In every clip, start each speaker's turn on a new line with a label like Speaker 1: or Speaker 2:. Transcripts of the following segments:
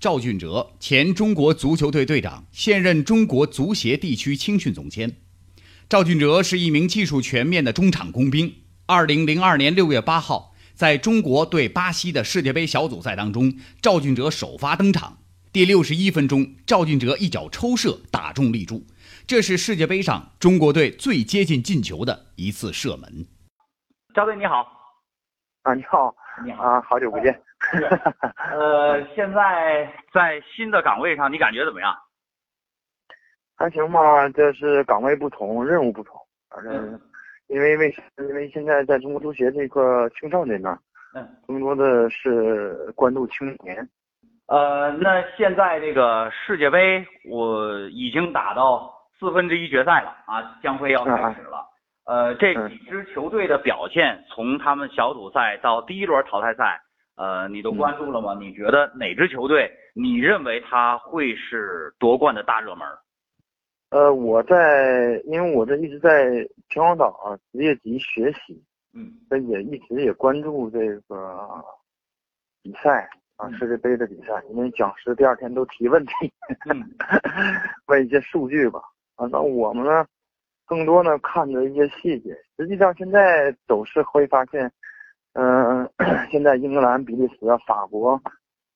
Speaker 1: 赵俊哲，前中国足球队队长，现任中国足协地区青训总监。赵俊哲是一名技术全面的中场工兵。二零零二年六月八号，在中国对巴西的世界杯小组赛当中，赵俊哲首发登场。第六十一分钟，赵俊哲一脚抽射打中立柱，这是世界杯上中国队最接近进球的一次射门。
Speaker 2: 赵队你好，
Speaker 3: 啊，你好，
Speaker 2: 你好，
Speaker 3: 啊，好久不见。
Speaker 2: 呃，现在在新的岗位上，你感觉怎么样？
Speaker 3: 还行吧，这是岗位不同，任务不同，反正
Speaker 2: 嗯
Speaker 3: 因为为因为现在在中国足协这个青少年呢，
Speaker 2: 嗯，
Speaker 3: 更多的是关注青年。
Speaker 2: 呃，那现在这个世界杯，我已经打到四分之一决赛了啊，将会要开始了。呃，这几支球队的表现，从他们小组赛到第一轮淘汰赛，呃，你都关注了吗？你觉得哪支球队，你认为他会是夺冠的大热门？
Speaker 3: 呃，我在因为我这一直在秦皇岛啊职业级学习，
Speaker 2: 嗯
Speaker 3: 这也一直也关注这个比赛啊
Speaker 2: 嗯
Speaker 3: 世界杯的比赛，因为讲师第二天都提问题。
Speaker 2: 嗯
Speaker 3: 问一些数据吧。啊，那我们呢，更多呢看着一些细节。实际上现在走势会发现，嗯、 现在英格兰、比利时、啊、法国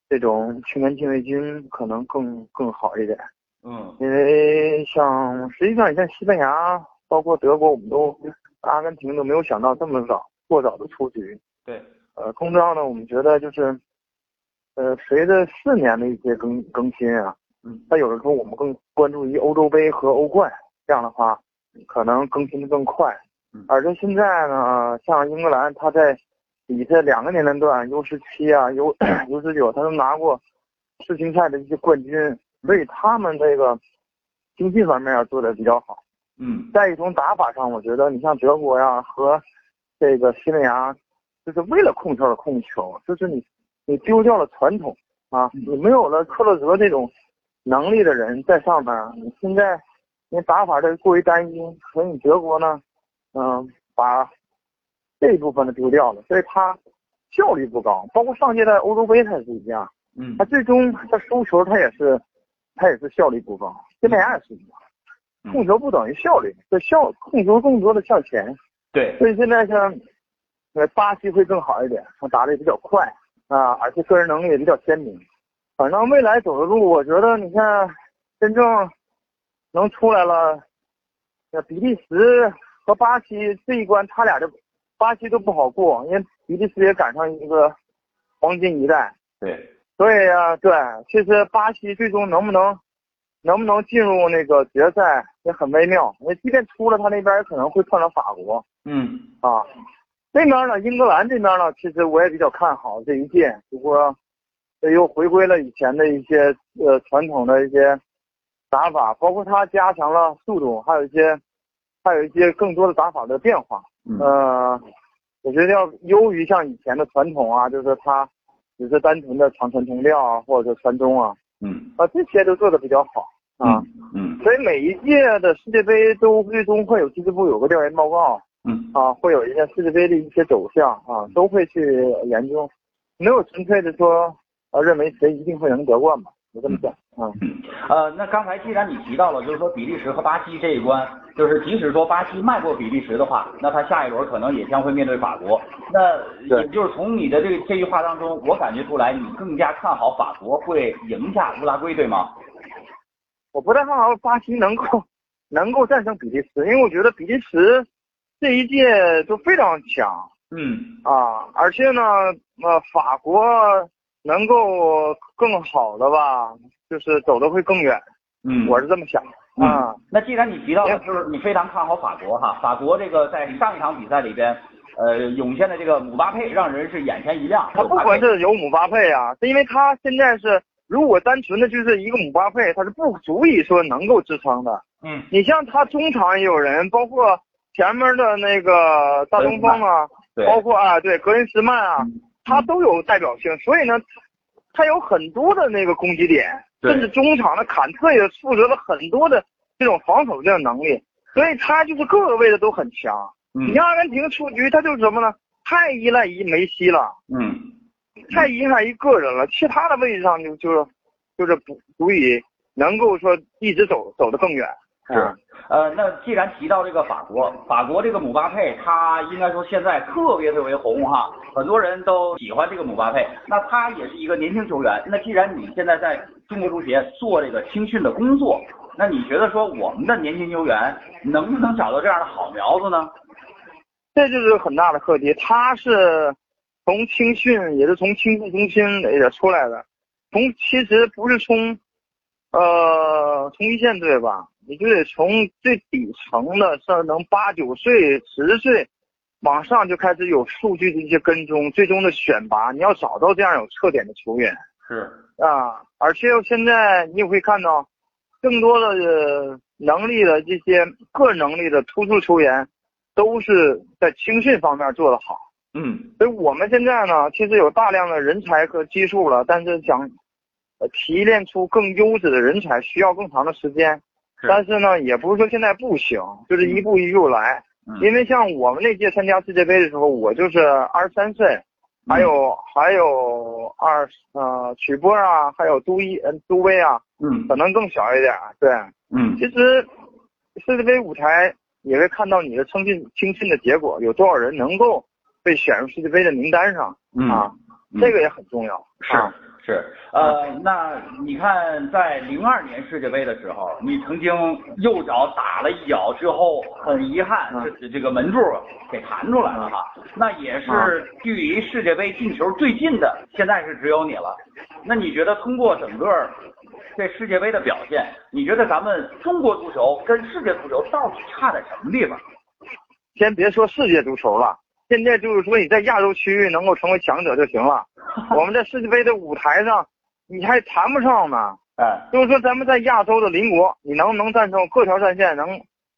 Speaker 3: 这种去年禁卫军可能更更好一点，
Speaker 2: 嗯
Speaker 3: 因为像实际上你像西班牙，包括德国，我们都阿根廷都没有想到这么早过早的出局。
Speaker 2: 对，
Speaker 3: 呃，公招呢，我们觉得就是，呃，随着四年的一些更更新啊，
Speaker 2: 嗯，
Speaker 3: 那有的时候我们更关注于欧洲杯和欧冠，这样的话可能更新的更快
Speaker 2: 嗯。
Speaker 3: 而且现在呢，呃像英格兰，他在比这两个年龄段 U 十七啊、U U 十九，他都拿过世青赛的一些冠军，所以他们这个经济方面做的比较好。
Speaker 2: 嗯
Speaker 3: 再一从打法上，我觉得你像德国呀和这个西班牙，就是为了控球而控球，就是你你丢掉了传统啊，
Speaker 2: 嗯
Speaker 3: 你没有了克洛泽这种能力的人在上面，你现在你打法这过于单一，所以你德国呢，嗯、把这一部分的丢掉了，所以他效率不高，包括上届在欧洲杯他也是一样，
Speaker 2: 嗯
Speaker 3: 他最终他输球他也是他也是效率不高，西班牙也是一样。控球不等于效率，这效控球更多的向前，
Speaker 2: 对，
Speaker 3: 所以现在像呃巴西会更好一点，打的也比较快啊，而且个人能力也比较鲜明。反正未来走的路，我觉得你看真正能出来了，那比利时和巴西这一关，他俩就巴西都不好过，因为比利时也赶上一个黄金一代，
Speaker 2: 对，
Speaker 3: 所以啊，对，其实巴西最终能不能能不能进入那个决赛也很微妙。那即便出了，他那边也可能会碰上法国
Speaker 2: 嗯
Speaker 3: 啊。那边呢，英格兰这边呢，其实我也比较看好这一届，不过这又回归了以前的一些呃传统的一些打法，包括他加强了速度，还有一些还有一些更多的打法的变化。
Speaker 2: 嗯
Speaker 3: 呃，我觉得要优于像以前的传统啊，就是它只是单纯的长传通料啊，或者传中啊，
Speaker 2: 嗯
Speaker 3: 啊这些都做的比较好啊。
Speaker 2: 嗯
Speaker 3: 所以每一届的世界杯都最终会有俱乐部有个调研报告
Speaker 2: 嗯
Speaker 3: 啊，会有一些世界杯的一些走向啊，都会去研究，没有纯粹的说呃认为谁一定会能得冠吧，我这么讲啊。
Speaker 2: 嗯，呃，那刚才既然你提到了，就是说比利时和巴西这一关，就是即使说巴西迈过比利时的话，那他下一轮可能也将会面对法国。那
Speaker 3: 对
Speaker 2: 也就是从你的这这句话当中，我感觉出来你更加看好法国会赢下乌拉圭，对吗？
Speaker 3: 我不太看好巴西能够能够战胜比利时，因为我觉得比利时这一届都非常强。
Speaker 2: 嗯
Speaker 3: 啊，而且呢，呃，法国能够更好的吧，就是走的会更远，
Speaker 2: 嗯
Speaker 3: 我是这么想的啊。
Speaker 2: 那既然你提到了，就是你非常看好法国哈，法国这个在上一场比赛里边，呃，涌现的这个姆巴佩让人是眼前一亮。
Speaker 3: 他不管是有姆巴佩啊，是因为他现在是如果单纯的就是一个姆巴佩，他是不足以说能够支撑的。
Speaker 2: 嗯
Speaker 3: 你像他中场也有人，包括前面的那个大中锋啊，
Speaker 2: 对
Speaker 3: 包括啊对格林斯曼啊，
Speaker 2: 嗯
Speaker 3: 他都有代表性，所以呢，他有很多的那个攻击点，
Speaker 2: 对
Speaker 3: 甚至中场的坎特也负责了很多的这种防守这种能力，所以他就是各个位置都很强。你
Speaker 2: 嗯
Speaker 3: 像阿根廷出局，他就是什么呢？太依赖于梅西了，
Speaker 2: 嗯
Speaker 3: 太依赖于个人了，其他的位置上就就是就是不足以能够说一直走走得更远。啊
Speaker 2: 是，呃，那既然提到这个法国，法国这个姆巴佩，他应该说现在特别特别红哈，很多人都喜欢这个姆巴佩。那他也是一个年轻球员。那既然你现在在中国足协做这个青训的工作，那你觉得说我们的年轻球员能不能找到这样的好苗子呢？
Speaker 3: 这就是很大的课题。他是从青训，也是从青训中心也出来的，从其实不是从呃从一线队吧，你就得从最底层的，这能八九岁、十岁往上就开始有数据的一些跟踪，最终的选拔，你要找到这样有特点的球员
Speaker 2: 是，
Speaker 3: 啊。而且现在你也会看到，更多的呃能力的这些个人能力的突出球员，都是在青训方面做得好。
Speaker 2: 嗯，
Speaker 3: 所以我们现在呢，其实有大量的人才和技术了，但是想呃提炼出更优质的人才，需要更长的时间。
Speaker 2: 是
Speaker 3: 但是呢，也不是说现在不行，就是一步一步来。
Speaker 2: 嗯
Speaker 3: 因为像我们那届参加世界杯的时候，我就是二十三岁，还有、
Speaker 2: 嗯
Speaker 3: 还有二呃曲波啊，还有杜一嗯杜威啊，
Speaker 2: 嗯
Speaker 3: 可能更小一点。对，
Speaker 2: 嗯
Speaker 3: 其实世界杯舞台也会看到你的青训青训的结果，有多少人能够被选入世界杯的名单上
Speaker 2: 嗯
Speaker 3: 啊？
Speaker 2: 嗯
Speaker 3: 这个也很重要。
Speaker 2: 是
Speaker 3: 啊
Speaker 2: 是，呃，那你看，在零二年世界杯的时候，你曾经右脚打了一脚之后，很遗憾
Speaker 3: 嗯
Speaker 2: 是这个门柱给弹出来了哈。那也是距离世界杯进球最近的，现在是只有你了。那你觉得通过整个这世界杯的表现，你觉得咱们中国足球跟世界足球到底差在什么地方？
Speaker 3: 先别说世界足球了，现在就是说你在亚洲区域能够成为强者就行 了。我们在世界杯的舞台上，你还谈不上呢。
Speaker 2: 哎，
Speaker 3: 就是说咱们在亚洲的邻国，你能不能站上各条战线，能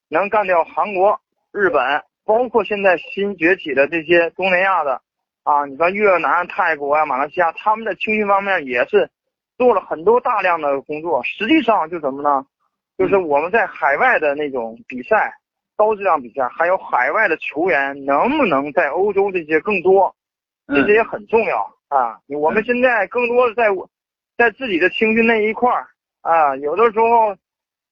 Speaker 3: 能干掉韩国、日本，包括现在新崛起的这些东南亚的啊，你像越南、泰国啊、马来西亚，他们在青训方面也是做了很多大量的工作。实际上就什么呢？就是我们在海外的那种比赛，高质量比赛，还有海外的球员能不能在欧洲这些更多，
Speaker 2: 嗯
Speaker 3: 这些也很重要啊。我们现在更多的在我在自己的青训那一块儿啊，有的时候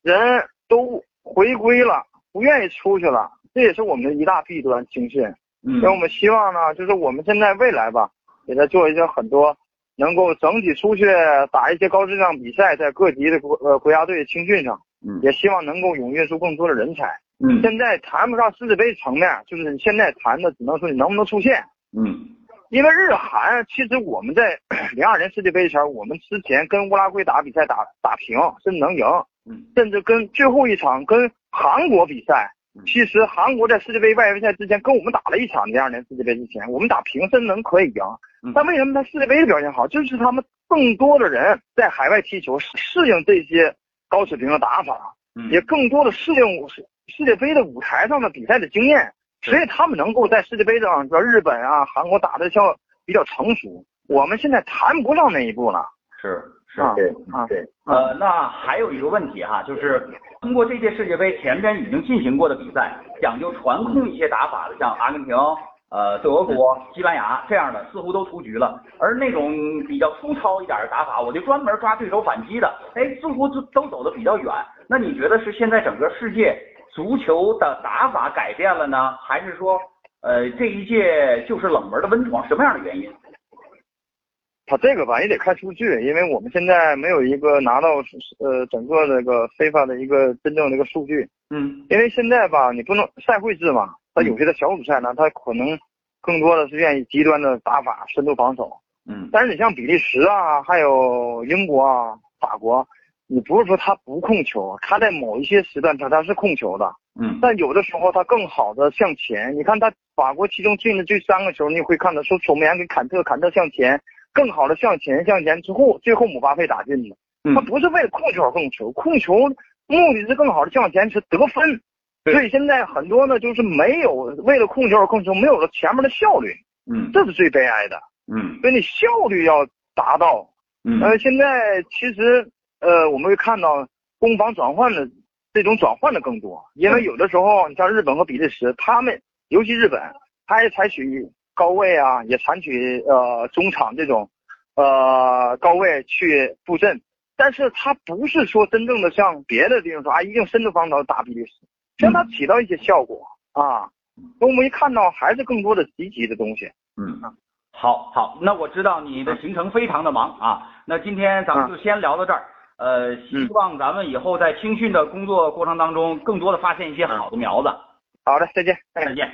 Speaker 3: 人都回归了，不愿意出去了，这也是我们的一大弊端青训。
Speaker 2: 嗯
Speaker 3: 所以我们希望呢，就是我们现在未来吧，也在做一些很多能够整体出去打一些高质量比赛，在各级的国呃国家队青训上，
Speaker 2: 嗯
Speaker 3: 也希望能够踊跃出更多的人才。
Speaker 2: 嗯
Speaker 3: 现在谈不上世界杯层面，就是你现在谈的只能说你能不能出现。
Speaker 2: 嗯
Speaker 3: 因为日韩，其实我们在 零二年世界杯前，我们之前跟乌拉圭打比赛打打平，甚至能赢，
Speaker 2: 嗯
Speaker 3: 甚至跟最后一场跟韩国比赛
Speaker 2: 嗯，
Speaker 3: 其实韩国在世界杯外围赛之前跟我们打了一场，零二年世界杯之前，我们打平甚至能可以赢
Speaker 2: 嗯。
Speaker 3: 但为什么他世界杯的表现好？就是他们更多的人在海外踢球，适适应这些高水平的打法，
Speaker 2: 嗯，
Speaker 3: 也更多的适应我世世界杯的舞台上的比赛的经验，所以他们能够在世界杯上，说日本啊、韩国打的像比较成熟。我们现在谈不上那一步了
Speaker 2: 是是
Speaker 3: 啊
Speaker 2: 对
Speaker 3: 啊！
Speaker 2: 对，呃，那还有一个问题哈，就是通过这届世界杯前边已经进行过的比赛，讲究传控一些打法的，像阿根廷、呃德国、
Speaker 3: 嗯
Speaker 2: 西班牙这样的，似乎都出局了。而那种比较粗糙一点的打法，我就专门抓对手反击的，哎，似乎就都走得比较远。那你觉得是现在整个世界足球的打法改变了呢，还是说呃这一届就是冷门的温床？什么样的原因？
Speaker 3: 他这个吧也得看数据，因为我们现在没有一个拿到呃整个这个 FIFA 的一个真正的一个数据，
Speaker 2: 嗯
Speaker 3: 因为现在吧你不能赛会制嘛，他有些的小组赛呢，他可能更多的是愿意极端的打法、深度防守，
Speaker 2: 嗯
Speaker 3: 但是你像比利时啊，还有英国啊、法国，你不是说他不控球，他在某一些时段他他是控球的，
Speaker 2: 嗯
Speaker 3: 但有的时候他更好的向前。你看他法国其中进的这三个球，你会看到说守门员给坎特，坎特向前，更好的向前向前之后，最后姆巴佩打进的。
Speaker 2: 嗯
Speaker 3: 他不是为了控球而控球，控球目的是更好的向前是得分。
Speaker 2: 对
Speaker 3: 所以现在很多呢，就是没有为了控球而控球，没有了前面的效率，
Speaker 2: 嗯
Speaker 3: 这是最悲哀的。
Speaker 2: 嗯
Speaker 3: 所以你效率要达到。
Speaker 2: 嗯
Speaker 3: 呃，现在其实呃，我们会看到攻防转换的这种转换的更多，因为有的时候你像日本和比利时，他们尤其日本，他也采取高位啊，也采取呃中场这种呃高位去布阵，但是他不是说真正的像别的地方说啊，一定身子方头打比利时，虽然它起到一些效果啊，我们一看到还是更多的积极的东西。
Speaker 2: 嗯，好好，那我知道你的行程非常的忙啊，那今天咱们就先聊到这儿。呃，希望咱们以后在青训的工作过程当中，更多的发现一些好的苗子。
Speaker 3: 好的，再见，哎
Speaker 2: 再见。